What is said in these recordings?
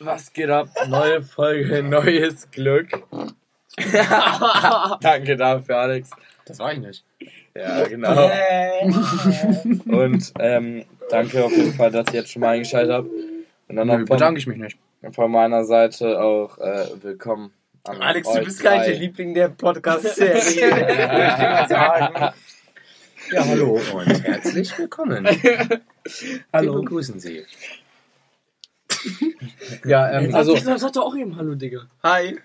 Was geht ab? Neue Folge, neues Glück. Danke dafür, Alex. Das war ich nicht. Ja, genau. Und ähm, danke auf jeden Fall, dass ihr jetzt schon mal eingeschaltet habt. Und dann Nö, noch bedanke von, ich mich nicht. von meiner Seite auch äh, willkommen. An Alex, du euch bist gar nicht drei. der Liebling der Podcast-Serie. würde ich dir mal sagen. Ja, hallo und herzlich willkommen. hallo. Wir begrüßen Sie. Ja, ähm, Also, also, sag doch auch eben Hallo, Digga. Hi.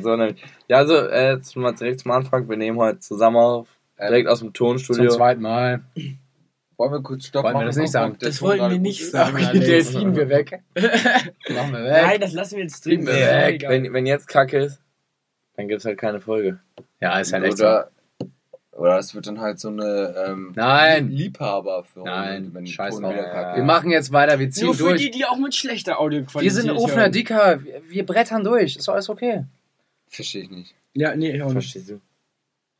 So, nämlich. Ja, also, äh, jetzt schon mal direkt zum Anfang. Wir nehmen heute zusammen auf. Ähm, Direkt aus dem zum Tonstudio. zweiten Mal. Wollen wir kurz stoppen? Wollen wir das nicht sagen? Das wollten wir nicht sagen. Die Delfinen wir weg. Machen wir weg. Nein, das lassen wir jetzt drin. Kriegen wir weg. Egal. Wenn, wenn jetzt Kacke ist, dann gibt's halt keine Folge. Ja, ist halt echt so. Oder, oder es wird dann halt so eine ähm, Nein. Liebhaber für Nein, wenn scheiß Ton drauf. wieder kacke Wir machen jetzt weiter, wir Nur ziehen für die, durch. die auch mit schlechter Audioqualität Wir sind Ofener Dicker, wir wir brettern durch, ist alles okay. ist. Verstehe ich nicht. Ja, nee, ich auch Verstehst du?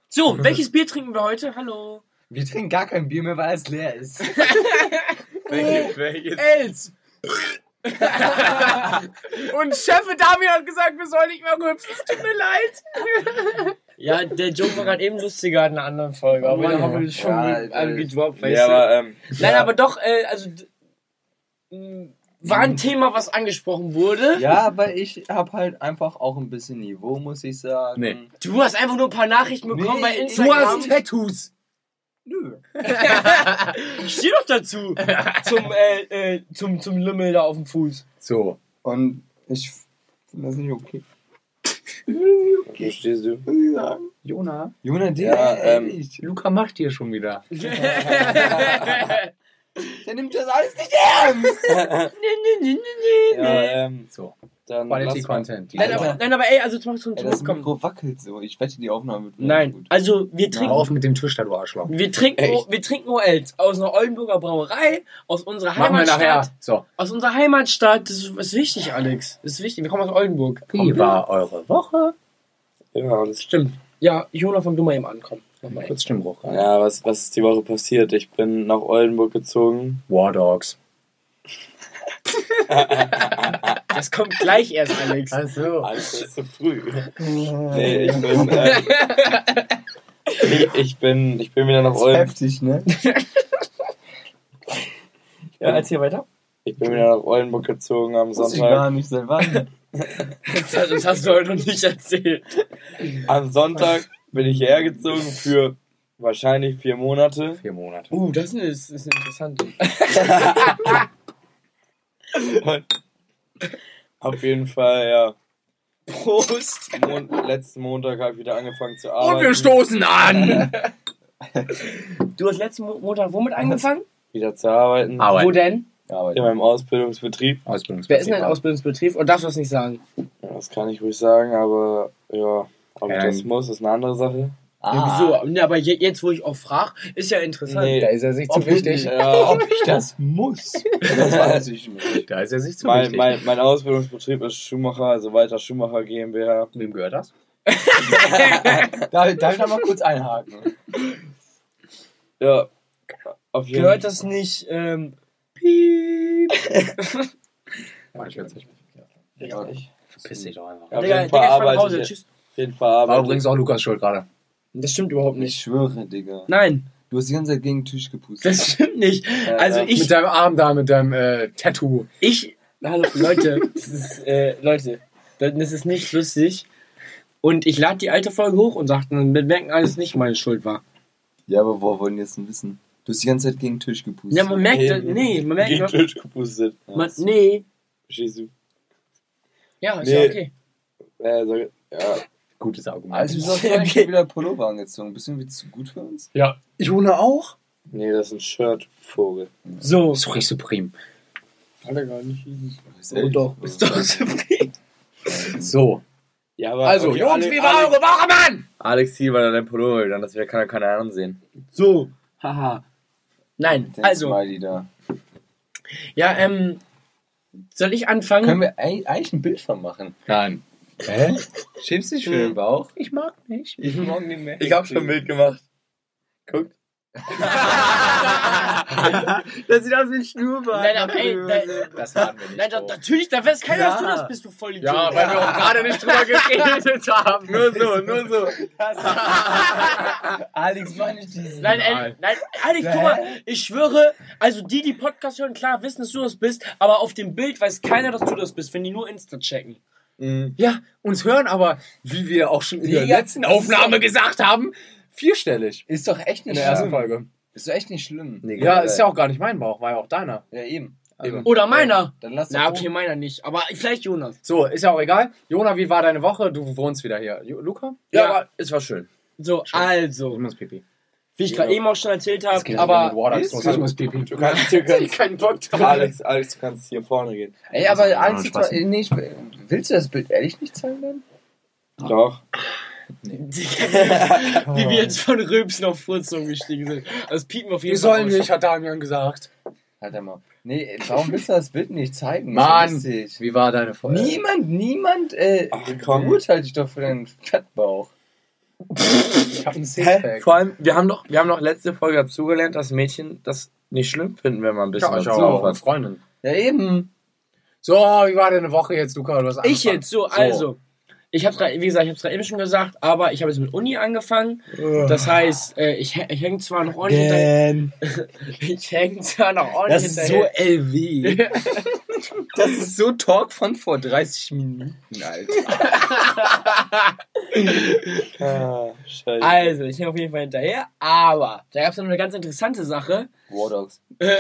So, welches Bier trinken wir heute? Hallo. Wir trinken gar kein Bier mehr, weil es leer ist. Welches? Els! Und Chefe Damian hat gesagt, wir sollen nicht mehr rübsen. Es tut mir leid. Ja, der Joke war gerade eben lustiger in einer anderen Folge. Oh aber da haben wir schon ge- gedroppt, Ja, aber, ähm, Nein, ja. aber doch, äh, also. d- m, War ein Thema, was angesprochen wurde. ja, aber ich habe halt einfach auch ein bisschen Niveau, muss ich sagen. Nee. Du hast einfach nur ein paar Nachrichten bekommen Nee, bei du Du Instagram. hast Tattoos. Nö. Ich stehe doch dazu. Zum, äh, äh, zum, zum Lümmel da auf dem Fuß. So. Und ich finde das nicht okay. Verstehst du? Muss ich sagen. Jona, Jona, der, Ja, ähm, ehrlich, Luca macht hier schon wieder. nee, der nimmt das alles nicht ernst. nee, nee, nee, nee. Ja, ähm, So. dann Quality lass mal. Content. Nein, Alter. aber, nein, aber ey, also zum Beispiel Ey, das zum komm. Mikro wackelt so. Ich wette, die Aufnahme wird Nein, gut. also wir Hör trinken. auf mit dem Tisch da, du Arschloch. Wir trinken, Echt? wir trinken OLs aus einer Oldenburger Brauerei, aus unserer Machen wir nachher. Heimatstadt. So. Aus unserer Heimatstadt. Das ist, ist wichtig, Alex. Das ist wichtig. Wir kommen aus Oldenburg. Wie war eure Woche? Ja, alles Stimmt. Ja, Jona, fang du mal eben an. Komm. Nochmal. Kurz Stimmbruch. Ja, was, was ist die Woche passiert? Ich bin nach Oldenburg gezogen. War Dogs. Das kommt gleich erst, Alex. Also. Alles ist zu früh. nee, ich bin, ähm, ich, ich bin. Ich bin wieder nach Das ist Oldenburg. heftig, ne? Ja, erzähl weiter. Ich bin wieder nach Oldenburg gezogen am Wusste ich Sonntag. gar nicht, seit wann? Das hast du heute noch nicht erzählt. Am Sonntag bin ich hergezogen für wahrscheinlich vier Monate. Vier Monate. Uh, das ist, ist interessant. Auf jeden Fall, ja. Prost! Mon letzten Montag habe ich wieder angefangen zu arbeiten. Und wir stoßen an. Du hast letzten Mo- Montag womit angefangen? wieder zu arbeiten. Wo Arbeit. denn? Aber In meinem Ausbildungsbetrieb. Ausbildungs Wer ist denn ein Ausbildungsbetrieb und darfst du das nicht sagen? Ja, das kann ich ruhig sagen, aber ja, ob ich Ähm. das muss, ist eine andere Sache. Ah. Ja, wieso? Ne, aber je, jetzt, wo ich auch frage, ist ja interessant. Nee. Da ist er sich zu Ob ich- wichtig. Ja, Ah, Ob ich das muss, das weiß ich nicht. Da ist er sich zu mein, wichtig. mein, mein Ausbildungsbetrieb ist Schumacher, also Walter Schumacher GmbH. Wem gehört das? Darf, darf ich da mal kurz einhaken? Ja, auf jeden Gehört Fall. das nicht? Ähm, piep. Manch wird's nicht. Ja, Verpiss dich doch einfach. Ja, Digga, auf jeden Digga, Fall ich fahr nach arbeite Hause. ich jetzt- Tschüss. auf jeden Fall War arbeite übrigens auch Lukas schuld gerade. Das stimmt überhaupt Ich nicht. schwöre, Digga. Nein, Du hast die ganze Zeit gegen den Tisch gepustet. das stimmt nicht. Ja, Also ja. ich, Mit deinem Arm da, mit deinem äh, Tattoo. ich, hallo Leute, das ist, äh, Leute, das ist nicht lustig. Und ich lade die alte Folge hoch und sagte, dann merken alle, dass es nicht meine Schuld war. Ja, aber woher wollen die das denn wissen? Du hast die ganze Zeit gegen den Tisch gepustet. Ja, man merkt, Eben. nee, man merkt, gegen doch- Tisch gepustet. man, nee, Jesu. ja, ist Nee. ja okay. Äh, so, ja. Gutes Argument. also, wieso hast du eigentlich schon wieder Pullover angezogen? Bisschen wie zu gut für uns? ja. Jona auch? Nee, das ist ein Shirt-Vogel. So, Das ist richtig suprem. hat er gar nicht. Ist Oh doch, bist bist doch so So. Ja, aber Also, okay, Jungs, Ale- wie war Alex, eure Woche, Mann? Alex hier war dein Pullover, dann das kann ja keiner ansehen. So, haha. Nein, also, Smiley da. ja, ähm, soll ich anfangen? Können wir ei- eigentlich ein Bild von machen? Nein. Hä? Hm. Schämst du dich für den Bauch? Ich mag nicht. Ich mag nicht mehr. Ich hab schon ein Bild gemacht. Guckt. Das sieht aus wie ein Schnurrbart. Nein, aber ey, nein, Das haben wir nicht. nein, da, so. natürlich, da weiß keiner, dass du Ja. das bist, du Vollidiot. Ja, weil wir auch gerade nicht drüber geredet haben. Nur so, nur so. Alex, meine ich diesen. Nein, ey, nein, Alex, guck mal, ich schwöre, also die, die Podcast hören, klar wissen, dass du das bist, aber auf dem Bild weiß keiner, dass du das bist, wenn die nur Insta checken. Ja, uns hören aber, wie wir auch schon in der Ja, letzten Aufnahme gesagt haben, vierstellig Ist doch echt in nicht der ersten schlimm. Folge. Ist doch echt nicht schlimm. Nee, Ja, generell. ist ja auch gar nicht mein Bauch, war ja auch deiner. Ja, eben. Also- Eben. Oder meiner. Dann lass doch Na, okay, meiner nicht, aber vielleicht Jonas. So, ist ja auch egal. Jona, wie war deine Woche? Du wohnst wieder hier. Jo- Luca? Ja. aber es war schön. So, Ich also, muss pipi. wie ich gerade eben auch schon erzählt habe, aber- aber Water, Ist- so Ich sagen. muss pipi. Du kannst, du kannst, Keinen Bock drauf. Alex, Alex, du kannst hier vorne gehen. Ey, aber Ja, Alex, Spaß. ist doch- nee, ich, willst du das Bild ehrlich nicht zeigen dann? Doch. wie wir jetzt von Rübsen auf Furz umgestiegen sind. Das piepen wir auf jeden Wir Fall sollen raus. nicht, hat Damian gesagt. Halt mal. Nee, warum willst du das Bild nicht zeigen? Mann. Das ist lustig. Wie war deine Folge? Niemand, niemand, äh, Ach, komm. beurteilt dich doch für deinen Fettbauch. Ich hab einen Hä? Sixpack. Vor allem, wir haben, doch, wir haben doch letzte Folge dazugelernt, dass Mädchen das nicht schlimm finden, wenn man ein bisschen Ja, ich dazu auch. aufhat. Freundin. Ja, eben. So, wie war deine Woche jetzt, Luca? Du hast Ich angefangen. jetzt, so, also. Ich habe wie gesagt, ich habe es gerade eben schon gesagt, aber ich habe jetzt mit Uni angefangen. Das heißt, äh, ich, hä- ich hänge zwar noch ordentlich hinterher. Ich hänge zwar noch ordentlich hinterher. LW. das ist so Talk von vor 30 Minuten, Alter. Ah, e- scheiße. Also, ich hänge auf jeden Fall hinterher, aber da gab es noch eine ganz interessante Sache. War Dogs. Äh,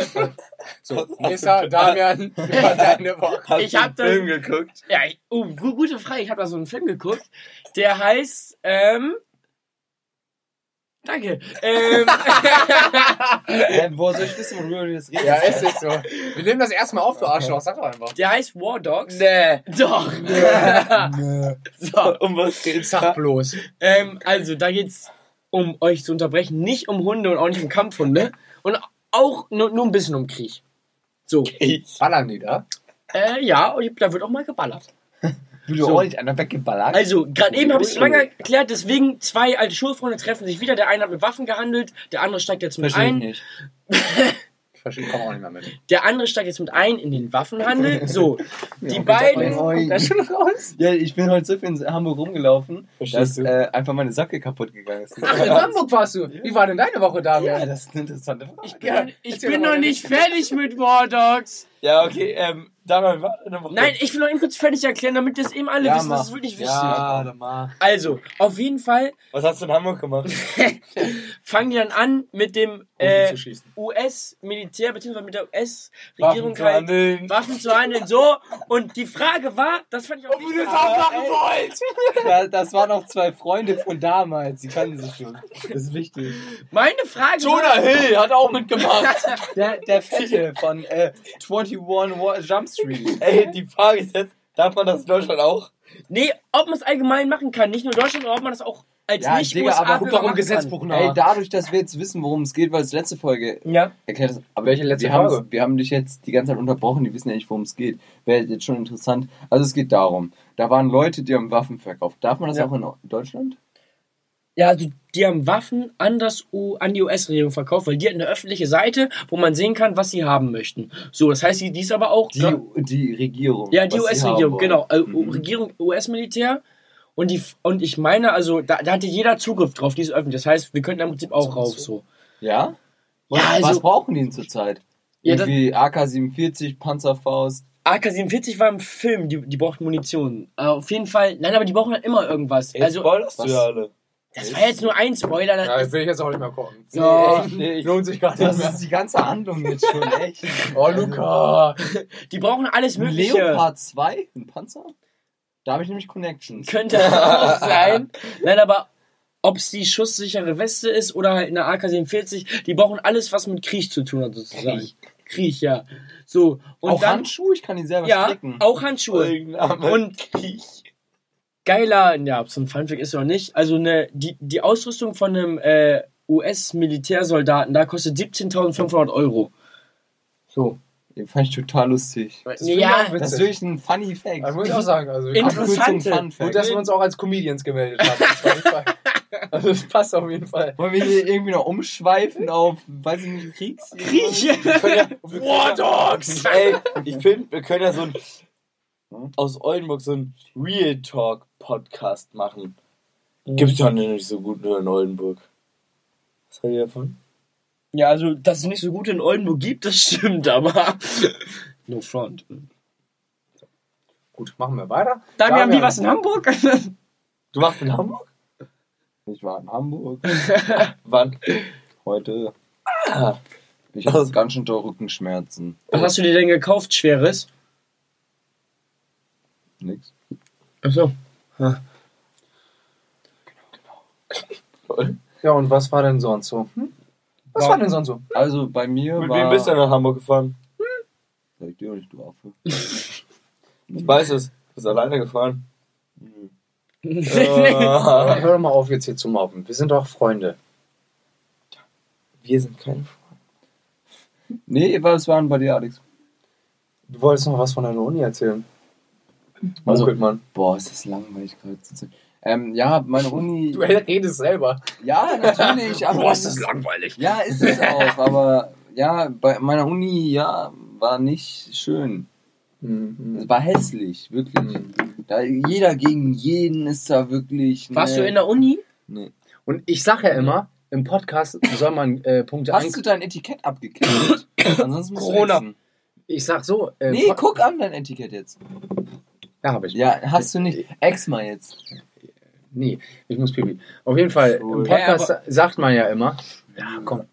So, Nessa, Damian, wie war deine Woche? Hast ich du hab den Film dann- geguckt. ja, ich, oh, gu- gute Frage. Ich habe da so einen Film geguckt, der heißt, ähm, Danke. Ähm, Boah, soll ich wissen, worüber du das redest? Ja, es ist so. Wir nehmen das erstmal auf, du Arschloch. Sag doch einfach. der heißt War Dogs. Nee. Doch. so. Um was geht's Sag bloß. Ähm, also, da geht's, um euch zu unterbrechen, nicht um Hunde und auch nicht um Kampfhunde. Und auch nur, nur ein bisschen um Krieg. So. Ballern die da? Äh, ja, und da wird auch mal geballert. Wie du So. ordentlich einer weggeballert. Also, gerade eben habe ich es lange erklärt, deswegen zwei alte Schulfreunde treffen sich wieder. Der eine hat mit Waffen gehandelt, der andere steigt jetzt mit Verstehe ich ein. nicht. Ich verstehe, komm auch nicht mehr mit. Der andere steigt jetzt mit ein in den Waffenhandel. So, die Moin. beiden. Kommt da schon raus? Ja, ich bin heute so viel in Hamburg rumgelaufen, Verstehst dass du? äh, einfach meine Sacke kaputt gegangen ist. Ach, in Hamburg warst du. Wie war denn deine Woche, ja, Damian? das ist eine interessante Frage. Ich Ja, bin, ich erzähl bin doch mal noch nicht fertig mit War Dogs. Ja, okay, ähm, damals war eine Woche. Nein, ich will noch eben kurz fertig erklären, damit das eben alle Ja, wissen, dass mach. es wirklich wichtig ist. Ja, dann mach. Also, auf jeden Fall Was hast du in Hamburg gemacht? fangen die dann an mit dem Hunde äh, zu schießen. US-Militär bzw. mit der US-Regierung Waffen zu halt handeln. Waffen zu handeln, so. Und die Frage war, das fand ich auch Wie ihr das wichtig, auch machen wollt! Da- Das waren noch zwei Freunde von damals, die kannten sich schon. Das ist wichtig. meine Frage Jonah war, Hill hat auch mitgemacht. Der, der Fette von äh, 21 Wa- Jump Street. Ey, die Frage ist jetzt, darf man das in Deutschland auch? nee, ob man es allgemein machen kann, nicht nur in Deutschland, aber ob man das auch als Ja, nicht Digga, USA aber guck Bürger doch im Ah, machen Gesetzbuch kann. nach. Ey, dadurch, dass wir jetzt wissen, worum es geht, weil es letzte Folge Ja, erklärt ist. Aber Welche letzte wir haben's- Folge? Wir haben dich jetzt die ganze Zeit unterbrochen, die wissen ja nicht, worum es geht. Wäre jetzt schon interessant. Also es geht darum, da waren Leute, die haben Waffen verkauft. Darf man das Ja. auch in Deutschland? ja, also die haben Waffen an das U, an die US-Regierung verkauft, weil die hat eine öffentliche Seite, wo man sehen kann, was sie haben möchten. So, das heißt, die, die ist aber auch Die, die Regierung. Ja, die was sie haben US-Regierung, wollen. Mhm. genau. Also, Regierung, US-Militär. Und, die, und ich meine, also da, da hatte jeder Zugriff drauf, die ist öffentlich. Das heißt, wir könnten da im Prinzip auch rauf so. Ja? Was, Ja, also- was brauchen die denn zurzeit? Ja, das- Irgendwie AK-47, Panzerfaust. AK-47 war im Film, die, die brauchten Munition. Äh, auf jeden Fall, nein, aber die brauchen halt immer irgendwas. Ey, also, spoilerst was- du ja alle. das war jetzt nur ein Spoiler. Ja, Das das will ich jetzt auch nicht mehr gucken. Ja. Nee, ich- Lohnt sich gar nicht das mehr. ist die ganze Handlung jetzt schon, echt. Oh, Luca. die brauchen alles Ein Mögliche. Leopard 2, ein Panzer? Da habe ich nämlich Connections. Könnte auch sein. Nein, aber ob es die schusssichere Weste ist oder halt eine AK-47, die brauchen alles, was mit Krieg zu tun hat, sozusagen. Krieg, ja. So, und auch dann. Handschuhe? Ich kann die selber ja, stricken. auch Handschuhe. Und geiler, ja, ob es ein Funfact ist oder nicht, also eine, die, die Ausrüstung von einem äh, US-Militärsoldaten, da kostet 17.500 Euro. So. Den fand ich total lustig. Das finde ich auch witzig. Das ist wirklich ein funny Fact. Das muss ich auch sagen. Also, Interessante. Fun Fact. Gut, dass wir uns auch als Comedians gemeldet haben. Das war super. Also das passt auf jeden Fall. Wollen wir hier irgendwie noch umschweifen auf, weiß ich nicht, Kriegs? Grieche! War Dogs! Ey, ich finde, wir können ja so ein aus Oldenburg so ein Real Talk Podcast machen. Gibt's ja nicht so gut nur in Oldenburg. Was haltet ihr davon? Ja, also, dass es nicht so gute in Oldenburg gibt, das stimmt, aber. No front. Gut, machen wir weiter. Damian, Damian. wie was in Hamburg? Du machst in Hamburg? Ich war in Hamburg Wann? heute. Ah. Ich habe Also- ganz schön doll Rückenschmerzen. Was hast du dir denn gekauft, Schweres? Nix. Achso. Ja, und was war denn sonst so? Hm? Was War- war denn sonst so? Also bei mir Mit war... wem bist du denn nach Hamburg gefahren? Sag ich dir auch nicht, du Affe. Ich weiß es. Du bist alleine gefahren. Hör Äh, doch mal auf jetzt hier zu mobben. Wir sind doch Freunde. wir sind keine Freunde. Nee, was waren bei dir, Alex? Du wolltest noch was von deiner Uni erzählen. Also- Also, man. Boah, ist das langweilig gerade zu sein. Ähm, ja, meine Uni... redest selber. Ja, natürlich, aber... langweilig. Ja, ist es auch, aber ja, bei meiner Uni, ja, war nicht schön. Mhm. Es war hässlich, wirklich. Da jeder gegen jeden ist da wirklich. ne. Warst nee. du in der Uni? Nee. Und ich sage ja immer, im Podcast soll man äh, Punkte Hast du ein. dein Etikett abgeklebt? Ansonsten musst Corona. Du wechseln. Ich sag so. Äh, nee, Pod- guck an dein Etikett jetzt. Ja, habe ich. Ja, hast du nicht. Ex mal jetzt. Nee, ich muss pipi. Auf jeden Fall, im Schwul. Podcast Ja, sagt man ja immer. Ja, komm.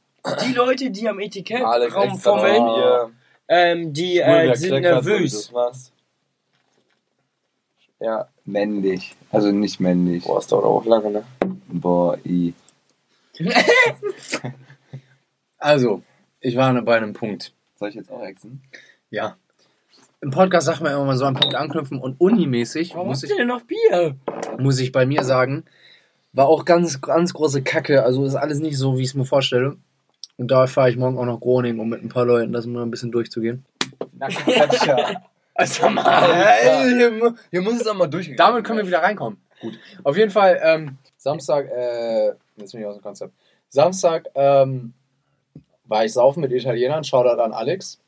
Die Leute, die am Etikett Alex, extra rumfummeln, von mir. ähm, die Nur der äh, sind Klecker, so wie nervös. du's machst. Ja, Männlich. Also nicht männlich. boah, es dauert auch lange, ne? Boah, i. Also, ich war bei einem Punkt. Soll ich jetzt auch exen? Ja. Im Podcast sagt man immer, man soll einen Punkt anknüpfen und unimäßig, Warum muss hast ich, du denn noch Bier? muss ich bei mir sagen, war auch ganz, ganz große Kacke. Also ist alles nicht so, wie ich es mir vorstelle. Und da fahre ich morgen auch nach Groningen, um mit ein paar Leuten das mal ein bisschen durchzugehen. Na, Quatsch. Also mal, hier, mu- hier muss es auch mal durchgehen. Damit können wir wieder reinkommen. Gut. Auf jeden Fall, ähm, Samstag, äh, jetzt bin ich aus dem Konzept. Samstag, ähm, war ich saufen mit Italienern, Shoutout an Alex.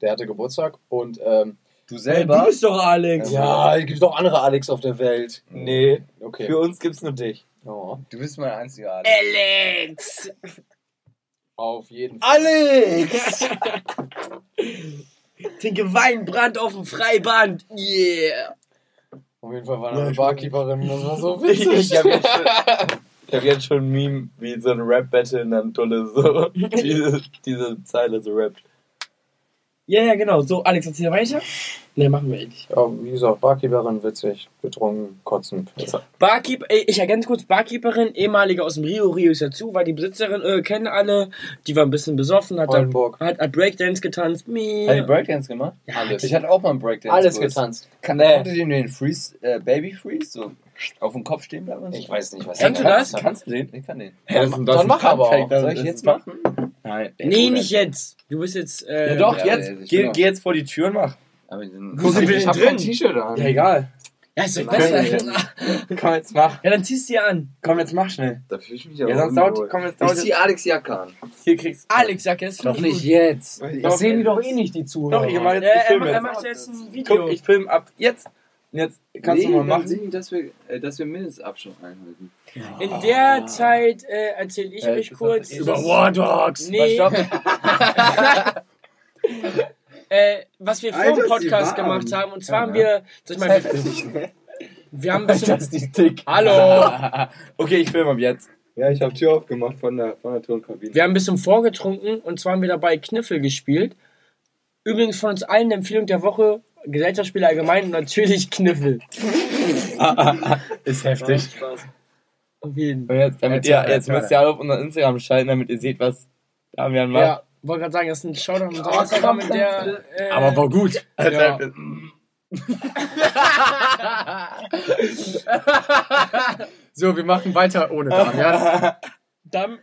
Der hatte Geburtstag und, ähm, Du Du selber? bist doch Alex. ja, es gibt doch andere Alex auf der Welt. Nee, Okay. für uns gibt's nur dich. Ja. Du bist mein einziger Alex. Alex! Auf jeden Fall. Alex! Trinke Weinbrand auf dem Freiband. Yeah! Auf jeden Fall war noch eine Barkeeperin, das war so witzig. Ich habe jetzt, schon- ich hab jetzt schon ein Meme wie so ein Rap-Battle in der Tulle, so diese, diese Zeile so rappt. Ja, ja, genau. So, Alex, erzähl weiter. Ne, machen wir eh nicht. Ja, wie gesagt, Barkeeperin witzig, betrunken, kotzen. Barkeep, ey, ich ergänze kurz, Barkeeperin, ehemalige aus dem Rio, Rio ist ja zu, weil die Besitzerin, äh, kennen alle, die war ein bisschen besoffen, hat dann Oldenburg. hat, hat Breakdance getanzt. Meh. Hast du Breakdance gemacht? Alles. Ich hatte auch mal einen Breakdance. Alles Kurs. getanzt. Kann Nee. nee. Konntet ihr den Freeze, äh, Baby Freeze so auf den Kopf stehen bleiben? Ich weiß nicht, was Kannst er du da das? gemacht hat. Kannst du den? Ich kann den. Ja, das- das- Dann mach aber auch. ne? Soll ich jetzt machen? Nein. nee, nicht jetzt. Du bist jetzt, äh, Ja, doch, Ja, jetzt. ja, ich geh, bin geh jetzt vor die Tür und mach. Aber den, Wo sind wir denn hab kein drin? T-Shirt an. Ja, egal. Ja, ist doch Können besser. wir jetzt. Komm, jetzt mach. Ja, dann ziehst du dir an. Komm, jetzt mach schnell. da fühle ich mich Ja, sonst dauert. Komm, jetzt dauert. zieh Alex Jacke an. Hier kriegst Alex, sag jetzt. Doch nicht jetzt. Doch, Das sehen die äh, doch eh nicht, die Zuhörer. Doch, ich mach Ja, jetzt. Ich Äh, er, film er jetzt. macht jetzt ein Video. Guck, ich film ab jetzt. Und Jetzt kannst du mal machen. dass wir, äh, dass wir Mindestabstand einhalten. In der Zeit äh, erzähle ich Äh, euch das kurz. ist- Über War Dogs. Nee. äh, was wir vor dem Alter, sie Podcast warm. gemacht haben. Und zwar haben Ja, wir. Sag ich mal, wir, wir haben ein bisschen. die dick. Hallo! Okay, ich film ab jetzt. Ja, ich habe Tür aufgemacht von der, von der Turnkabine. Wir haben ein bisschen vorgetrunken und zwar haben wir dabei Kniffel gespielt. Übrigens von uns allen eine Empfehlung der Woche. Gesellschaftsspiele allgemein und natürlich Kniffel. Ist heftig. Auf jeden Fall. Und jetzt, damit Erzähl, ihr, jetzt erzähl. müsst ihr alle auf unseren Instagram schalten, damit ihr seht, was Damian macht. Ja, wollte gerade sagen, das ist ein Shoutout mit Instagram mit der. Äh, war gut. Ja. So, wir machen weiter ohne Damian. Dam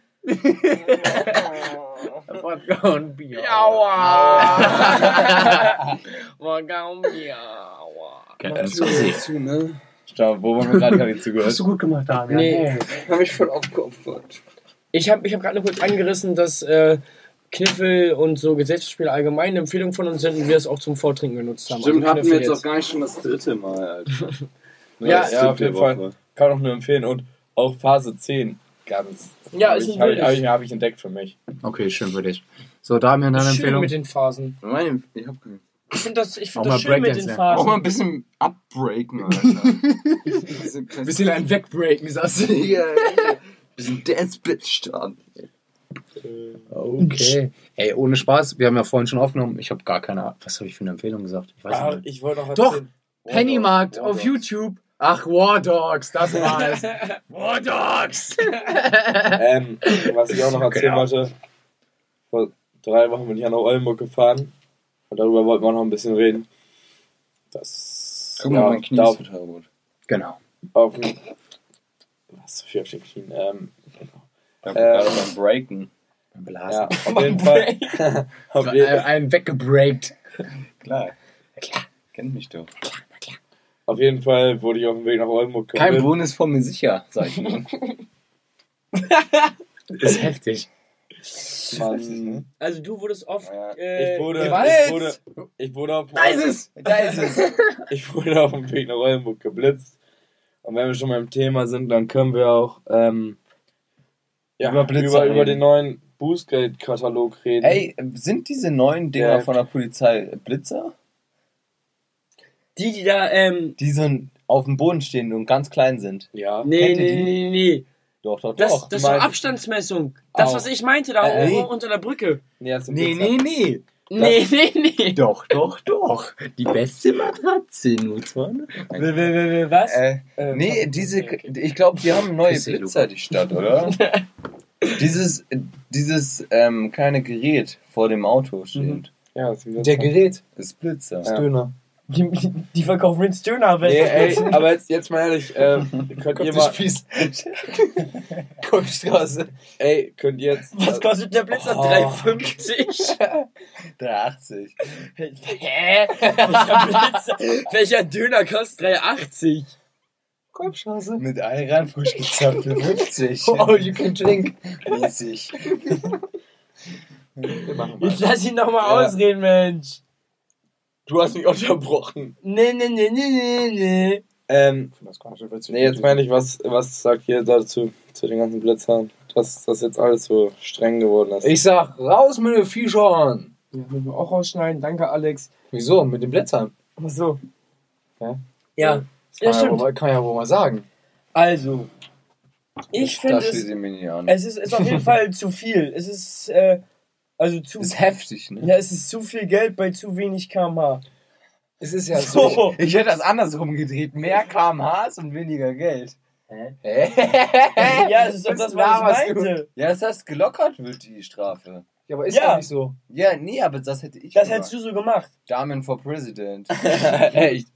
Wodka und Bier. oh. Aua! Wodka und Bier. Aua. Das ist zu, ne? Stimmt, wo haben wir gerade nicht zugehört? Hast du gut gemacht, Daniel. Nee. Hey. Habe ich voll aufgeopfert. Ich habe ich hab gerade nur kurz angerissen, dass äh, Kniffel und so Gesellschaftsspiele allgemein eine Empfehlung von uns sind und wir es auch zum Vortrinken genutzt haben. Stimmt, also hatten wir jetzt auch gar nicht schon das dritte Mal. Alter. Ja, ja, auf jeden Fall. Kann auch nur empfehlen. Und auch Phase 10. Ganz. Ja, Hab ist ich, ein hab, ich- hab, wildes. ich, hab ich entdeckt für mich. Okay, schön für dich. So, Damian, deine Schön Empfehlung. mit den Phasen. Meine, ich hab keinen. Ich finde das, ich Auch find das mal schön mit Breakdance, den ja. Auch mal ein Phasen. bisschen abbreaken, Alter. Diese kleine- bisschen ein Wegbreaken, sagst du. Digga, ey. bisschen Dance Bitch starten. Okay. Ey, ohne Spaß, wir haben ja vorhin schon aufgenommen. Ich habe gar keine Ahnung. Was habe ich für eine Empfehlung gesagt? Ich weiß Ah, nicht. ich wollte noch Doch, erzählen. War Pennymarkt doch, war auf doch. YouTube. Ach, War Dogs, das war's. War Dogs! ähm, was ich auch noch erzählen wollte, vor drei Wochen bin ich nach Oldenburg gefahren und darüber wollten wir noch ein bisschen reden. Das. Guck mal, mein Knie ist auf, total rot. genau. auf dem. Was so viel auf den Knien? Ähm, Ich hab Äh, gerade beim Breaken. ja, Blasen. auf jeden Fall. auf jeden, Ein, ein weggebreakt. Klar. Kennt mich doch. Auf jeden Fall wurde ich auf dem Weg nach Oldenburg Kein geritten. Bonus von mir sicher, sag ich nur. Ist heftig. ne? Mann. Also du wurdest oft. Ja. Äh, Ich wurde, gewalzt. ich wurde, ich wurde, auf, Da ist es! Da ist es. ich wurde auf dem Weg nach Oldenburg geblitzt. Und wenn wir schon beim Thema sind, dann können wir auch ähm, ja, Über über, Blitzer über, reden. den neuen Bußgeldkatalog reden. Ey, sind diese neuen Dinger Ja. von der Polizei Blitzer? Die, die da, ähm. Die so auf dem Boden stehen und ganz klein sind. Ja. Nee, Kennt ihr nee, nee, die? nee, nee. Doch, doch, Das, doch. das Du war meinst- Abstandsmessung. Das, Au. was ich meinte, da Äh, oben unter der Brücke. Nee, hast du Nee, Blitzer. nee, nee. Nee, nee, nee. Doch, doch, doch. Die beste Matratze nur vorne. Was? Äh, Ähm, nee, diese, ich glaube, die haben neue Pissi, Blitzer, die Stadt, oder? dieses, dieses ähm, kleine Gerät vor dem Mhm. Auto steht. Ja, hast du Der Gerät. Ist Blitzer. Ja. Döner. Die, die verkaufen jetzt Döner, nee, wenn ey, aber jetzt, jetzt mal ehrlich, ähm, könnt ihr mal, Spieß. Kopfstraße. ey, könnt ihr jetzt, Was kostet der Blitzer? Oh. 3,50? 380. Hä? Welcher, Blitzer, welcher Döner kostet 3,80? Kopfstraße. Mit Ayran frisch gezapft für 50. Oh, you can drink. Mäßig. wir machen mal. Jetzt lass ihn doch mal Ja. ausreden, Mensch. du hast mich unterbrochen. Nee, nee, nee, nee, nee, nee. Ähm, Das komische Witz. nee, jetzt meine ich, was, was sagt ihr dazu, zu den ganzen Blitzern? Dass das jetzt alles so streng geworden ist. Ich sag, raus mit den Viechern. Ja, müssen wir auch rausschneiden. Danke, Alex. Wieso? Mit den Blättern. Achso. Ja? Ja. Ja, Kann ja stimmt. wohl- Kann ja wohl mal sagen. Also, ich finde Da es, schließe ich mich nicht an. es ist, ist auf jeden Fall zu viel. Es ist, äh, also zu, Ist heftig, ne? ja, es ist zu viel Geld bei zu wenig kmh. Es ist ja so. So. Ich hätte das andersrum gedreht. Mehr KMHs und weniger Geld. Ja, es ist doch das, was ich meinte. Ja, dass das gelockert wird, die Strafe. Ja, aber ist Ja. ja nicht so. Ja, nee, aber das hätte ich Das gemacht. hättest du so gemacht. Damen for President. Echt?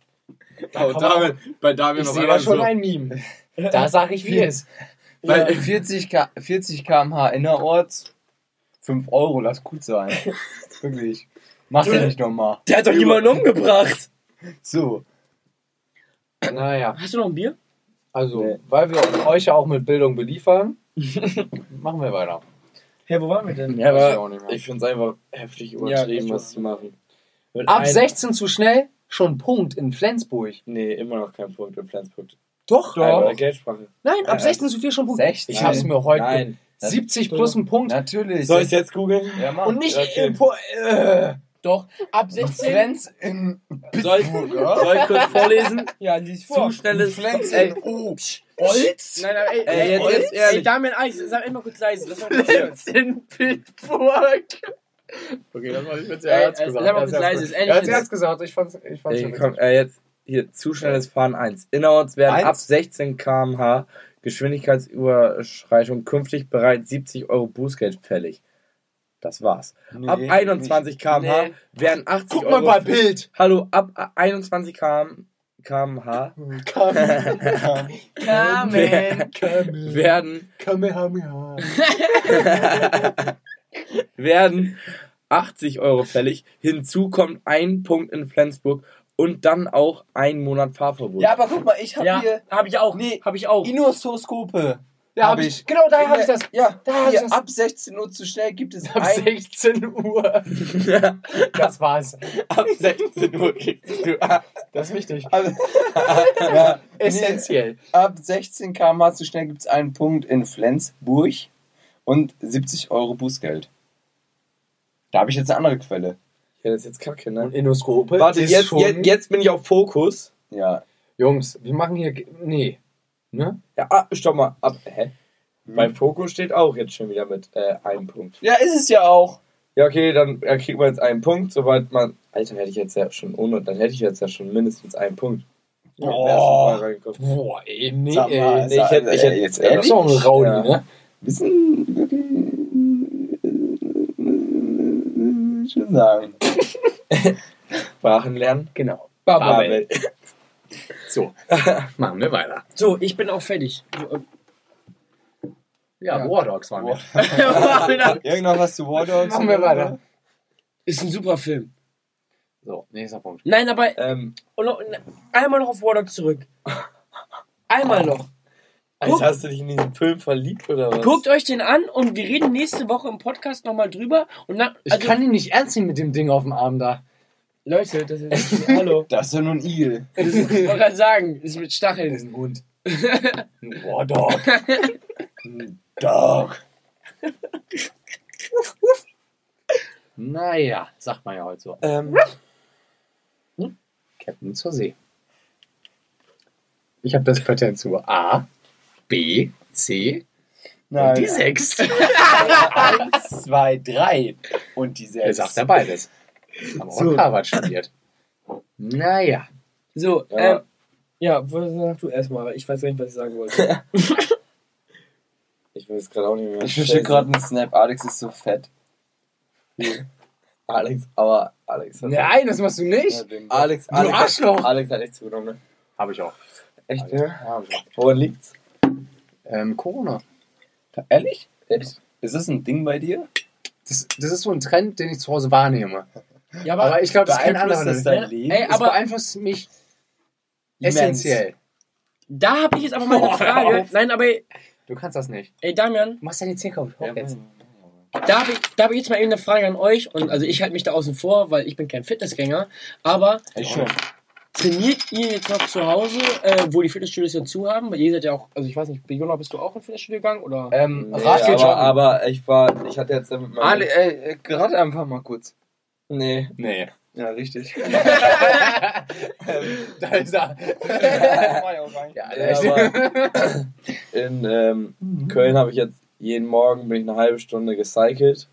Da kann man- bei David Ich sehe da schon ein Meme. Da sag ich, wie es. Weil 40, K 40 km/h innerorts, 5 Euro, lass gut sein. Wirklich. Mach ja nicht nochmal. Der hat doch niemanden umgebracht. So. Naja, Hast du noch ein Bier? also, Nee. weil wir euch ja auch mit Bildung beliefern, machen wir weiter. Hä, wo waren wir denn? Ja, Weiß ich aber auch nicht mehr. ich finde es einfach heftig übertrieben, Ja, was zu machen. Mit Ab ein- 16 zu schnell, schon Punkt in Flensburg. Nee, immer noch kein Punkt in Flensburg. Doch, Einmal doch. Geldsprache. Nein, ab Äh, 16 zu 4 schon Punkt. 16. Ich hab's mir heute. Nein. 70 plus ein Punkt. Natürlich. Soll ich jetzt googeln? Ja, mach. Und nicht Okay. im Po- äh, Doch, ab 16. Flens in Soll ich, Bitburger. soll ich kurz vorlesen? Ja, die ist Zu schnelles. Flens Ey, in Ost. Nein, nein, ey, Ey, jetzt- jetzt ey, ehrlich. Damian Eis, sag immer kurz leise. Lass mal kurz hören. in Bitburg. Okay, das war nicht mit Ey, äh, sag mal kurz leise, ist ehrlich Er hat's jetzt. ernst gesagt, ich fand's, ich fand's Ey, schon komm, äh, jetzt hier zu schnelles Fahren 1. Innerorts werden Eins? ab 16 km/h Geschwindigkeitsüberschreitung künftig bereits 70 Euro Bußgeld fällig. Das war's. ab 21 km/h Nee. werden 80 Guck mal Euro. bei Bild. Hallo, ab äh, 21 km, km/h Carmen. werden, Kamehameha. werden 80 Euro fällig. Hinzu kommt ein Punkt in Flensburg und dann auch einen Monat Fahrverbot. Ja, aber guck mal, ich habe Ja, hier habe ich auch. Nee. habe ich auch. Inoskope. Ja, Hab hab ich. Genau, daher habe ich das. Ja, Da hab ich hier, das. ab 16 Uhr zu schnell gibt es Ab ein, 16 Uhr. Das war's. Ab 16 Uhr kriegst du ab. Das ist wichtig. ab, ja, Essentiell. nee, ab 16 km zu schnell gibt es einen Punkt in Flensburg und 70 Euro Bußgeld. Da habe ich jetzt eine andere Quelle. Ja, das ist jetzt kacke, ne? Und Inoskope. Warte, ist jetzt, schon- jetzt, jetzt bin ich auf Fokus. Ja. Jungs, wir machen hier. Nee. Ne? Ja, ah, stopp mal. Ab, hä? Bei Fokus steht auch jetzt schon wieder mit äh, einem Punkt. Ja, ist es ja auch. Ja, okay, dann äh, kriegt man jetzt einen Punkt, sobald man. Alter, hätte ich jetzt ja schon ohne, dann hätte ich jetzt ja schon mindestens einen Punkt. Ja, Oh. wär schon voll reingekommen. Boah, ey, nee, Sag mal, ey. nee, ich hätte- ich hätte- äh, jetzt Das ist ehrlich. auch ein Raudi, Ja. ne? Wissen wirklich. Schon sagen. Sprachen lernen. Genau. Babel. So, machen wir weiter. So, ich bin auch fertig. Äh, Ja, War Dogs waren wir. Alter, Irgendwas was zu War Dogs? Machen wir weiter. Ist ein super Film. So, nächster Punkt. Nein, aber Ähm, und noch- einmal noch auf War Dogs zurück. Einmal noch. Alter, Guck. hast du dich in diesen Film verliebt oder was? Guckt euch den an und wir reden nächste Woche im Podcast nochmal drüber. Und dann, Ich also, kann ihn nicht ernst nehmen mit dem Ding auf dem Arm da. Leute, das ist. Hallo. Das ist ja nur ein Igel. Das ist, ich wollte gerade sagen, das ist mit Das Stacheln. ein Hund. Ein War Dog. Ein Dog. Naja, sagt man ja heute so. Hm? Ähm, Captain zur See. Ich habe das Patent zu A, B, C und die Nein. 6. Eins, zwei, drei. Und die Er sechs. sagt ja beides. Haben auch in Harvard studiert. Naja. So, Ja. ähm. Ja, sag du erstmal, weil ich weiß gar nicht, was ich sagen wollte. ich weiß gerade auch nicht mehr. Ich verstehe gerade einen Snap. Alex ist so fett. Alex, aber Alex hat. Nein, das machst du nicht. Alex, Du Alex, Arschloch. Alex hat echt zugenommen, ne? Habe ich auch. Echt, ne? Hab ich auch. Woran liegt's? Ähm, Corona. Ehrlich? Echt? Ist das ein Ding bei dir? Das, das ist so ein Trend, den ich zu Hause wahrnehme. Ja, Aber ich glaube, das ist kein anderer. Beeinflusst das dein Ja, Leben? ey, Es aber- beeinflusst mich essentiell. Da habe ich jetzt aber mal eine Boah, hör Frage. auf. Nein, aber ey, Du kannst das nicht. Damian, Du machst deine Zähne Ja, ja, jetzt. da habe ich, da hab ich jetzt mal eben eine Frage an euch. Und also ich halte mich da außen vor, weil ich bin kein Fitnessgänger. Aber Ey, schön. trainiert ihr jetzt noch zu Hause, äh, wo die Fitnessstudios ja zu haben? Weil ihr seid ja auch, also ich weiß nicht, Jona, bist du auch in Fitnessstudio gegangen? Oder? Ähm, Nee, Rachel aber, Jordan. aber ich war, ich hatte jetzt mit meinem. Ale, ey, äh, gerade einfach mal kurz. Nee. Nee. Ja, richtig. Da ist er. Ja, aber in ähm, Köln habe ich jetzt jeden Morgen bin ich eine halbe Stunde gecycelt.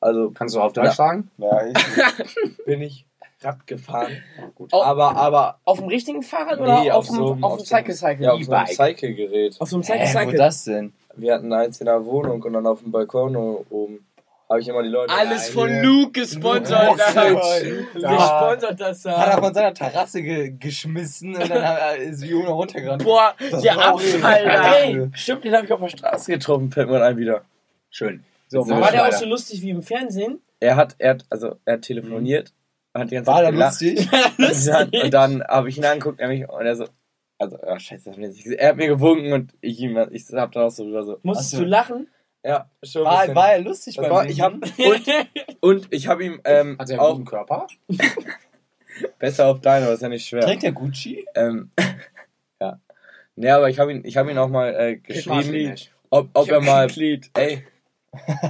Also Kannst du auf Deutsch Ja. sagen? Ja, ich. bin ich Rad gefahren. gut. Aber, aber auf dem richtigen Fahrrad Nee, oder auf, auf dem, so auf, einem- auf dem so einem- Cycle Cycle? ja, auf so einem E-Bike. Cycle-Gerät. auf so einem Cycle Hä, wo Cycle. das denn? Wir hatten eins in der Wohnung und dann auf dem Balkon o- oben habe ich immer die Leute. Alles Ja, von hier. Luke gesponsert. Gesponsert das Hat er da. von seiner Terrasse ge geschmissen und dann hat- ist Jona runtergerannt. Boah, der war auch Abfall richtig da. geil. Ey, stimmt, den habe ich auf der Straße getroffen, fällt mir ein wieder. Schön. So, War War machen wir der auch weiter. so lustig wie im Fernsehen? Er hat, er hat, also er hat telefoniert, hat die ganze War Zeit da gelacht. lustig? Und dann, und dann habe ich ihn angeguckt er mich, und er so, also, oh, scheiße, das hat mir nicht gesehen. Er hat mir gewunken und ich, ihm, ich hab dann auch so drüber so, Musstest Ach so. du lachen? ja, schon ein War, bisschen. war er lustig Das beim war- Winken? ich hab, und, und ich habe ihm ähm, Hat er einen auch guten Körper? besser auf deine, aber ist ja nicht schwer. Trägt er Gucci? Ähm, ja. Nee, aber ich habe ihn, ich hab ihn auch mal äh, geschrieben, ob, ob er mal. Ey,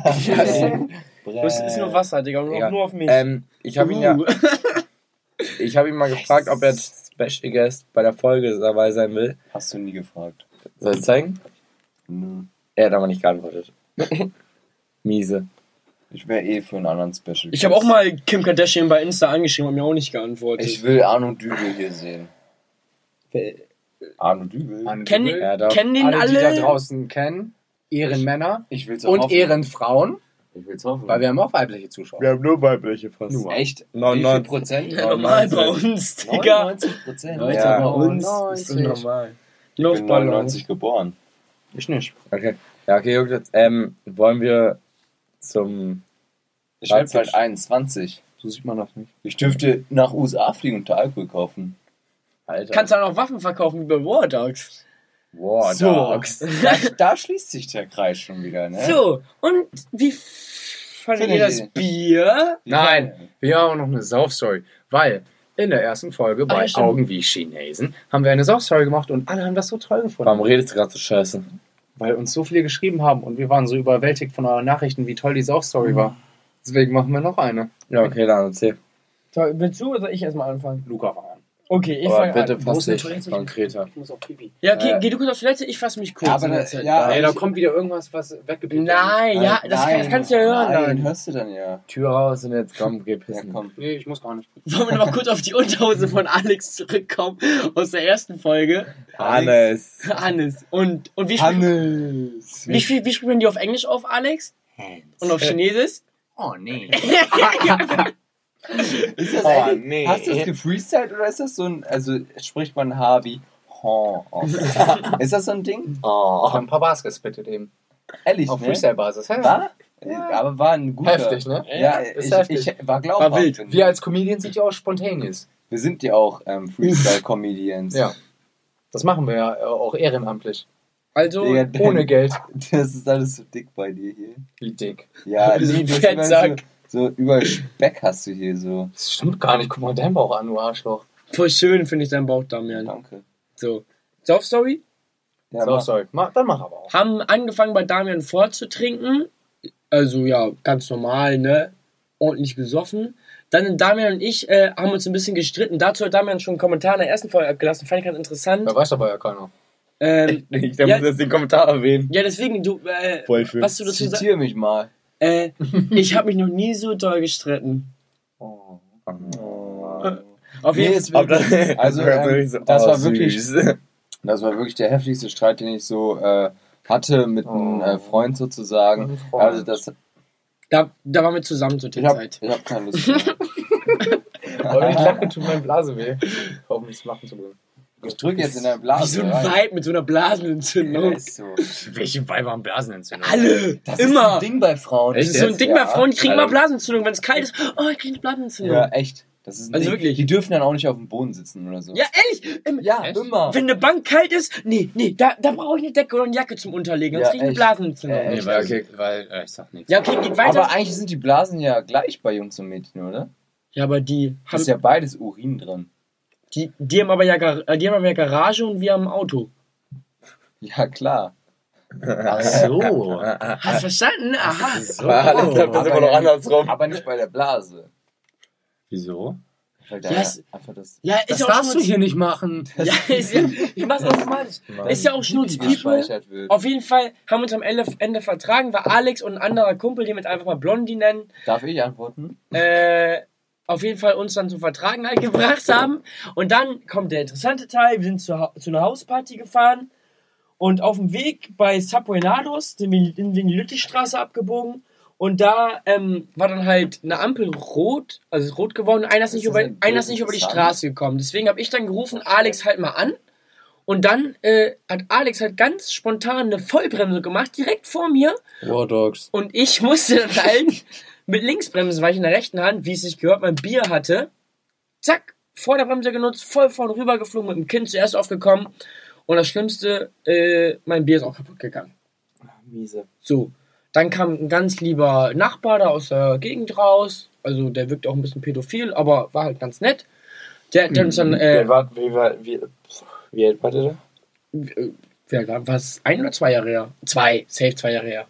Das Äh, ist nur Wasser, Digga. Nur, Ja. nur auf mich. ähm, ich habe ihn ja, ich habe ihn mal gefragt, ob er jetzt Special Guest bei der Folge dabei sein will. Hast du nie gefragt. Soll ich zeigen? Nö. Er hat aber nicht geantwortet. Miese. Ich wäre eh für einen anderen Special. Ich habe auch mal Kim Kardashian bei Insta angeschrieben und mir auch nicht geantwortet. Ich will Arno Dübel hier sehen. Arno Dübel? Kennen- Ja, doch. Kennen den alle, die alle? da draußen kennen, Ehrenmänner Ich will's und hoffen. Ehrenfrauen, Ich will's hoffen. weil wir haben auch weibliche Zuschauer. haben nur weibliche fast. Nur. Echt? Wie viel 99 Prozent? Ja, normal bei uns, Digga. 99 Prozent. Leute, Ja. bei uns ist 99. normal. Ich bin Luftballon. 99 geboren. Ich nicht. Okay. Ja, okay, Jungs, jetzt, ähm, wollen wir zum Ich werde Leipzig. bald 21. So sieht man das nicht. Ich dürfte nach USA fliegen und da Alkohol kaufen. Alter. Kannst du auch noch Waffen verkaufen wie bei War Dogs. War so. Dogs. da, da, schließt sich der Kreis schon wieder, ne? So, und wie fandet ihr das Bier? Nein, wir haben noch eine Saufstory, weil in der ersten Folge bei ah, Augen wie Chinesen haben wir eine Saufstory gemacht und alle haben das so toll gefunden. Warum redest du gerade so scheiße? Weil uns so viele geschrieben haben und wir waren so überwältigt von euren Nachrichten, wie toll die Saufstory mhm. war. Deswegen machen wir noch eine. Ja, okay, dann erzähl. So, willst du oder soll ich erstmal anfangen? Luca fang an. Okay, ich fange an. bitte fass dich konkreter. Ich muss auch pipi. Ja, geh, äh, geh du kurz auf Toilette, ich fass mich kurz. Ja, aber da, ja, ja, ey, da kommt wieder irgendwas, was weggeblieben ist. Nein, ja, das, nein, das kannst du ja hören. Nein, dann. hörst du dann ja. Tür raus und jetzt komm, geh pissen. Ja, komm. Nee, ich muss gar nicht. Wollen wir nochmal kurz auf die Unterhose von Alex zurückkommen aus der ersten Folge? Hannes. Hannes. Und, und wie Hannes. Wie, wie, wie spielen die auf Englisch auf, Alex? Hands. Und auf Chinesisch? Oh nee. Oh, ist das oh, ehrlich? nee. Hast du das gefreestylt oder ist das so ein, also spricht man Harvey? Oh, oh. ist das so ein Ding? Oh. Von Pabas gespittet eben. Ehrlich? Auf ne? Freestyle-Basis, ja. War? Ja. Aber war ein guter. Heftig, ne? Ja, ist ich, heftig. ich war glaubhaft. War wild. Wir als Comedians sind ja auch spontaneous. Wir sind ja auch ähm, Freestyle-Comedians. ja. Das machen wir ja äh, auch ehrenamtlich. Also ja, denn, ohne Geld. Das ist alles so dick bei dir hier. Wie dick? Ja, nee, das Fettsack. So, so über Speck hast du hier so. Das stimmt gar nicht. Guck mal deinen Bauch an, du Arschloch. Voll schön finde ich deinen Bauch, Damian. Danke. So. Soft Story? Ja, Soft Story. Ma dann mach aber auch. Haben angefangen bei Damian vorzutrinken. Also ja, ganz normal, ne? Ordentlich besoffen. Dann Damian und ich äh, haben uns ein bisschen gestritten. Dazu hat Damian schon einen Kommentar in der ersten Folge abgelassen. Fand ich ganz interessant. Da weiß aber ja keiner. Ähm, ich da ja, muss jetzt den Kommentar erwähnen. Ja, deswegen, du. Äh, Voll schön. Was du dazu Zitiere mich mal. Äh, ich habe mich noch nie so doll gestritten. Oh. oh. Äh, auf jeden Fall. Nee, also, ähm, das war wirklich. Das war wirklich der heftigste Streit, den ich so äh, hatte mit oh. einem Freund sozusagen. Freund. Also das. Da, da waren wir zusammen zu der ich Zeit. Hab, ich habe keine Lust. Aber ich lache, tut meine Blase weh. Hoffentlich es machen zu können. Ich drücke jetzt in der Blase. Wie so ein Weib mit so einer Blasenentzündung. Ja, so. Welche Weiber haben Blasenentzündung? Alle! Das immer. ist ein Ding bei Frauen. Das ist so ein Ding ja. bei Frauen, die kriegen immer Blasenentzündung, wenn es kalt ist. Oh, ich kriege eine Blasenentzündung. Ja, echt. Das ist also Ding. wirklich. Die dürfen dann auch nicht auf dem Boden sitzen oder so. Ja, ehrlich! Im, ja, echt? immer. Wenn eine Bank kalt ist, nee, nee, da, da brauche ich eine Decke oder eine Jacke zum Unterlegen, sonst ja, kriege ich eine Blasenentzündung. Äh, nee, weil, okay, weil äh, ich sag nichts. Ja, okay, geht weiter. Aber eigentlich sind die Blasen ja gleich bei Jungs und Mädchen, oder? Ja, aber die haben. Ist ja beides Urin drin. Die, die, haben aber ja, äh, die haben aber ja Garage und wir haben ein Auto. Ja, klar. Ach so. Hast verstanden? Aha. So. Alles läuft das immer noch andersrum. Aber nicht bei der Blase. Wieso? Da yes. das, ja, das darfst du hier nicht machen. Ja, ist ja, ich mach's automatisch. Ist ja auch Schnurzpiepe. Auf jeden Fall haben wir uns am Ende, Ende vertragen, war Alex und ein anderer Kumpel, den wir einfach mal Blondie nennen. Darf ich antworten? Äh auf jeden Fall uns dann zum Vertragen halt gebracht haben. Und dann kommt der interessante Teil. Wir sind zu, ha zu einer Hausparty gefahren und auf dem Weg bei Sapuenados sind wir in die Lüttichstraße abgebogen. Und da ähm, war dann halt eine Ampel rot, also rot geworden. Einer ist, nicht ist über, einer ist nicht über die Straße gekommen. Deswegen habe ich dann gerufen, Alex halt mal an. Und dann äh, hat Alex halt ganz spontan eine Vollbremse gemacht, direkt vor mir. War Dogs. Und ich musste dann halt mit Linksbremse, weil ich in der rechten Hand, wie es sich gehört, mein Bier hatte. Zack, vor der Bremse genutzt, voll vorn rüber geflogen, mit dem Kind zuerst aufgekommen. Und das Schlimmste, äh, mein Bier ist auch kaputt gegangen. Ach, miese. So, dann kam ein ganz lieber Nachbar da aus der Gegend raus. Also der wirkt auch ein bisschen pädophil, aber war halt ganz nett. Der, der mhm. uns dann. Äh, wie, war, wie, war, wie, wie alt war der da? Was? Ein oder zwei Jahre her? Zwei, safe zwei Jahre her.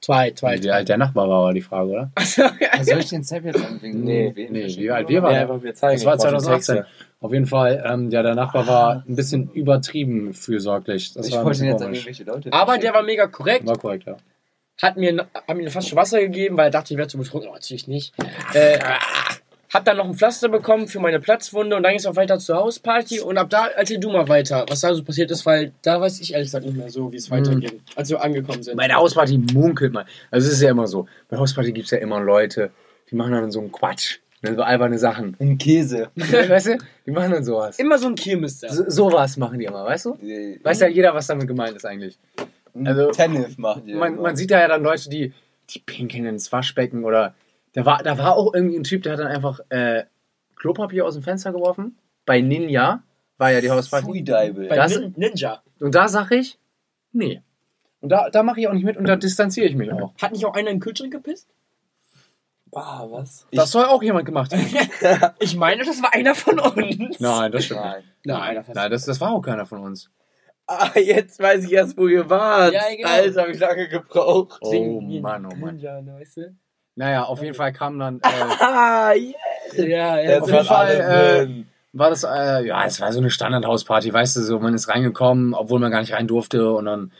Zwei, zwei. Wie alt der Nachbar war, war die Frage, oder? Also, soll ich den Sepp jetzt anwinken? Nee, nee, nee wie alt wir waren. Ja, aber wir zeigen das war 2018. Auf jeden Fall, ähm, ja, der Nachbar war ein bisschen übertrieben fürsorglich. Das ich war wollte jetzt an irgendwelche Leute. Aber der war mega korrekt. War korrekt, ja. Hat mir, hat mir eine Flasche Wasser gegeben, weil er dachte, ich wäre zu betrunken. Oh, natürlich nicht. Äh, hab dann noch ein Pflaster bekommen für meine Platzwunde und dann ging es auch weiter zur Hausparty und ab da erzähl du mal weiter, was da so passiert ist, weil da weiß ich ehrlich gesagt nicht mehr so, wie es weitergeht, mhm. als wir angekommen sind. Bei der Hausparty munkelt man. Also es ist ja immer so, bei der Hausparty gibt es ja immer Leute, die machen dann so einen Quatsch. Ne, so alberne Sachen. Ein Käse. weißt du? Die machen dann sowas. Immer so ein Kirmes da. So, sowas machen die immer, weißt du? Mhm. Weiß ja jeder, was damit gemeint ist eigentlich. Also, Tennis macht die. Man, man sieht da ja dann Leute, die, die pinkeln ins Waschbecken oder Da war, da war auch irgendwie ein Typ, der hat dann einfach äh, Klopapier aus dem Fenster geworfen. Bei Ninja war ja die Hausparty. Freedival. Bei Das- Nin Ninja. Und da sag ich, nee. Und da, da mache ich auch nicht mit und da distanziere ich mich auch. Hat nicht auch einer in den Kühlschrank gepisst? Bah, was? Das soll auch jemand gemacht haben. Ich meine, das war einer von uns. Nein, das Ich, nein. Nein, das heißt, Nein, das, das war auch keiner von uns. Ah, jetzt weiß ich erst, wo ihr wart. Ja, genau. Alter, hab ich lange gebraucht. Oh Deswegen- Mann, oh Mann. Ninja, ne, weißt du? Naja, auf jeden Fall kam dann, äh, Ah, yeah. Ja, ja. Jetzt auf jeden waren Fall, alle äh, drin. war das, äh, ja, es war so eine Standardhausparty, weißt du, so man ist reingekommen, obwohl man gar nicht rein durfte und dann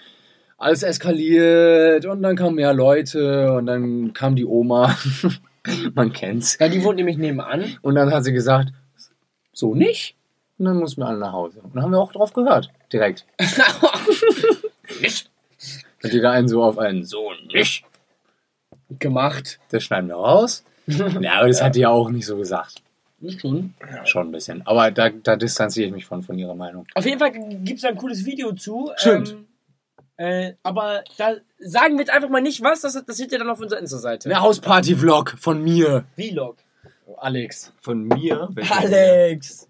alles eskaliert und dann kamen mehr Leute und dann kam die Oma, man kennt's, Ja, die wohnt nämlich nebenan. und dann hat sie gesagt, so nicht und dann mussten wir alle nach Hause. Und dann haben wir auch drauf gehört, direkt. nicht. Hat jeder einen so auf einen, so nicht. Gemacht. Das schneiden wir raus. Ja, aber das hat die ja auch nicht so gesagt. Nicht schon. Schon ein bisschen. Aber da, da distanziere ich mich von, von ihrer Meinung. Auf jeden Fall gibt es da ein cooles Video zu. Stimmt. Ähm, äh, aber da sagen wir jetzt einfach mal nicht was, das, das seht ihr dann auf unserer Insta-Seite. Eine Hausparty-Vlog von mir. Vlog. Alex. Von mir? Alex!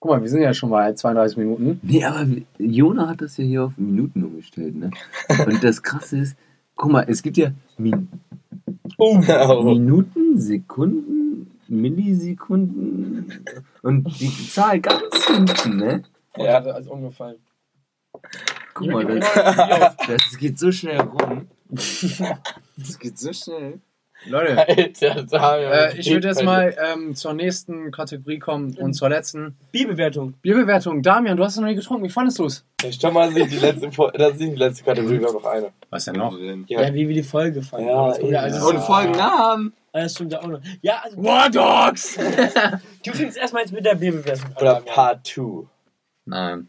Guck mal, wir sind ja schon bei 32 Minuten. Nee, aber Jona hat das ja hier auf Minuten umgestellt, ne? Und das Krasse ist, guck mal, es gibt ja Min Oh. Minuten, Sekunden, Millisekunden und die Zahl ganz hinten, ne? Ja. hat alles umgefallen. Guck mal, genau, das, das geht so schnell rum. Das geht so schnell. Leute, Alter, da haben wir äh, ich würde was jetzt mal ähm, zur nächsten Kategorie kommen und zur letzten. Bierbewertung. Bierbewertung. Damian, du hast es noch nie getrunken. Wie fandest du es? verloren. Stopp mal, das ist nicht die letzte, Fol- das ist nicht die letzte Kategorie, wir haben noch eine. Was denn Ja. wie wir die Folge fanden. Ja, das, oder? ja. Also, Und Folgennamen. das stimmt ja auch noch. Ja, also, War Dogs! du fängst erstmal jetzt mit der Bierbewertung Oder an. Damian. Part 2. Nein.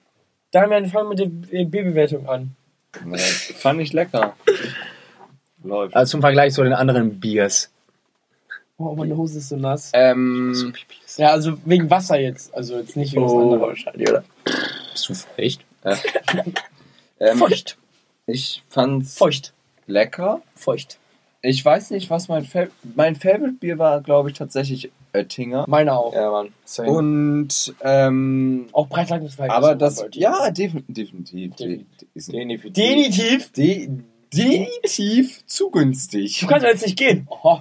Damian, fang mit der äh, Bierbewertung an. Fand ich lecker. Läuft. Also zum Vergleich zu den anderen Biers. Oh, meine Hose ist so nass. Ähm, Ja, also wegen Wasser jetzt. Also jetzt nicht wegen Oh. was anderes wahrscheinlich, oder? Bist du feucht? ähm, Feucht. ich fand's Feucht. lecker. Feucht. Ich weiß nicht, was mein Fa mein Favorite Bier war, glaube ich tatsächlich Oettinger. Meiner auch. Ja, Mann. Und ähm, Auch Preis-Leistungsverhältnis. aber ist das eindeutig. ja defin- definitiv de- Definitiv. ist Definitiv. Definitiv. de definitiv zu günstig. Du kannst ja jetzt nicht gehen. Oh,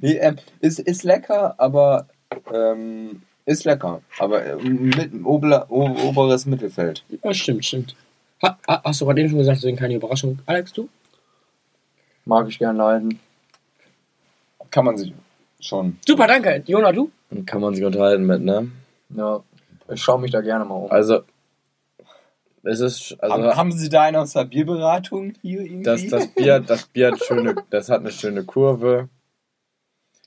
Nee, ähm, ist ist lecker, aber ähm, ist lecker, aber ähm, mit obler, o, oberes Mittelfeld. ja, stimmt, stimmt. Ha, ha, hast du gerade eben schon gesagt, deswegen keine Überraschung. Alex, du? Mag ich gern leiden. Kann man sich schon. Super, danke. Jona, du? Kann man sich unterhalten mit, ne? Ja, ich schaue mich da gerne mal um. Also, es ist, haben, also, haben Sie da eine aus der Bierberatung hier irgendwie? das, das Bier, das Bier hat schöne, das hat eine schöne Kurve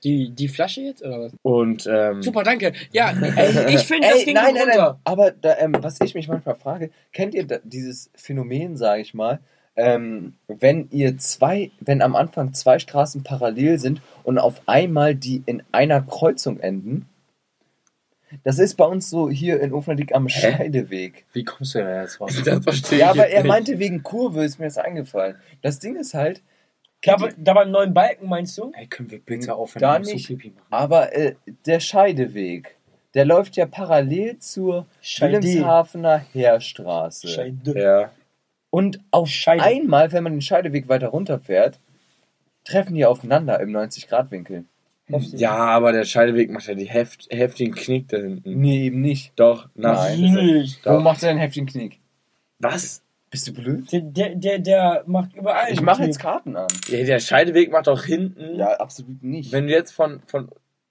Die, die Flasche jetzt, oder was? und, ähm, Super, danke. Ja, ey, ich finde, das Ey, ging nein, gut nein, nein. runter. Aber da, ähm, was ich mich manchmal frage, kennt ihr da, dieses Phänomen, sage ich mal, ähm, wenn ihr zwei, wenn am Anfang zwei Straßen parallel sind und auf einmal die in einer Kreuzung enden? Das ist bei uns so hier in Ofendick am Scheideweg. Wie kommst du da jetzt raus? das verstehe Ja, aber er meinte wegen Kurve ist mir das eingefallen. Das Ding ist halt, Da, be- da beim neuen Balken, meinst du? Ey, können wir bitte aufhören? Da ich muss nicht. So Pipi machen. aber äh, der Scheideweg, der läuft ja parallel zur Scheide. Wilhelmshavener Heerstraße. Scheide. Ja. Und auf Scheide. einmal, wenn man den Scheideweg weiter runterfährt, treffen die aufeinander im 90-Grad-Winkel. Heftig. ja, aber der Scheideweg macht ja die heft, heftigen Knick da hinten. Nee, eben nicht. Doch, nach. Natürlich. Wo Doch. macht er den heftigen Knick? Was? Bist du blöd? Der, der, der, der macht überall. Ich mache einen jetzt Karten an. Ja, der Scheideweg macht doch hinten. Ja, absolut nicht. Wenn du jetzt von, von,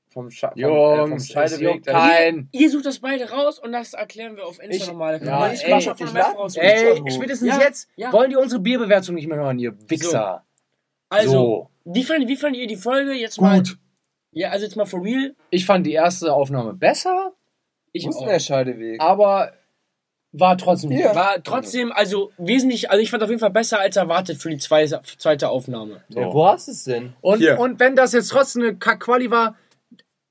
vom, Scha vom, äh, vom Jungs, es Scheideweg. juckt da- kein. Ihr sucht das beide raus und das erklären wir auf Insta Ich- nochmal. Da ja, kann man- ey, mach's auf ich dem Map lad- raus. Ey, Hoch. spätestens Ja, jetzt ja. wollen die unsere Bierbewertung nicht mehr hören, ihr Wichser. Also, So. wie, fand, wie fandet ihr die Folge? Jetzt mal. Ja, also jetzt mal for real. Ich fand die erste Aufnahme besser, Ich Wo ist denn auch. der Scheideweg? aber war trotzdem. Hier. War trotzdem, also wesentlich, also ich fand auf jeden Fall besser als erwartet für die zwei, zweite Aufnahme. Ja, wo hast du es denn? Und, Hier. und wenn das jetzt trotzdem eine Kack-Quali war,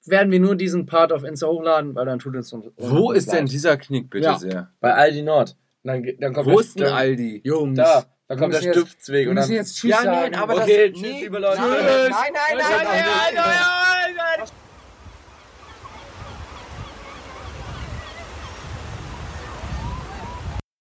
werden wir nur diesen Part auf Insta hochladen, weil dann tut uns. uns Wo uns ist denn leid. dieser Knick, bitte Ja. sehr? Bei Aldi Nord. Und Dann, ge- dann kommt Wo ist denn dann- Aldi? Jungs? Da, Da kommt der Stiftsweg Wir und müssen dann. jetzt Tschüss Ja, sagen. nein, aber Okay, das. tschüss, Nee, liebe Leute. Nein, nein, nein, nein, nein, nein, nein, nein, nein.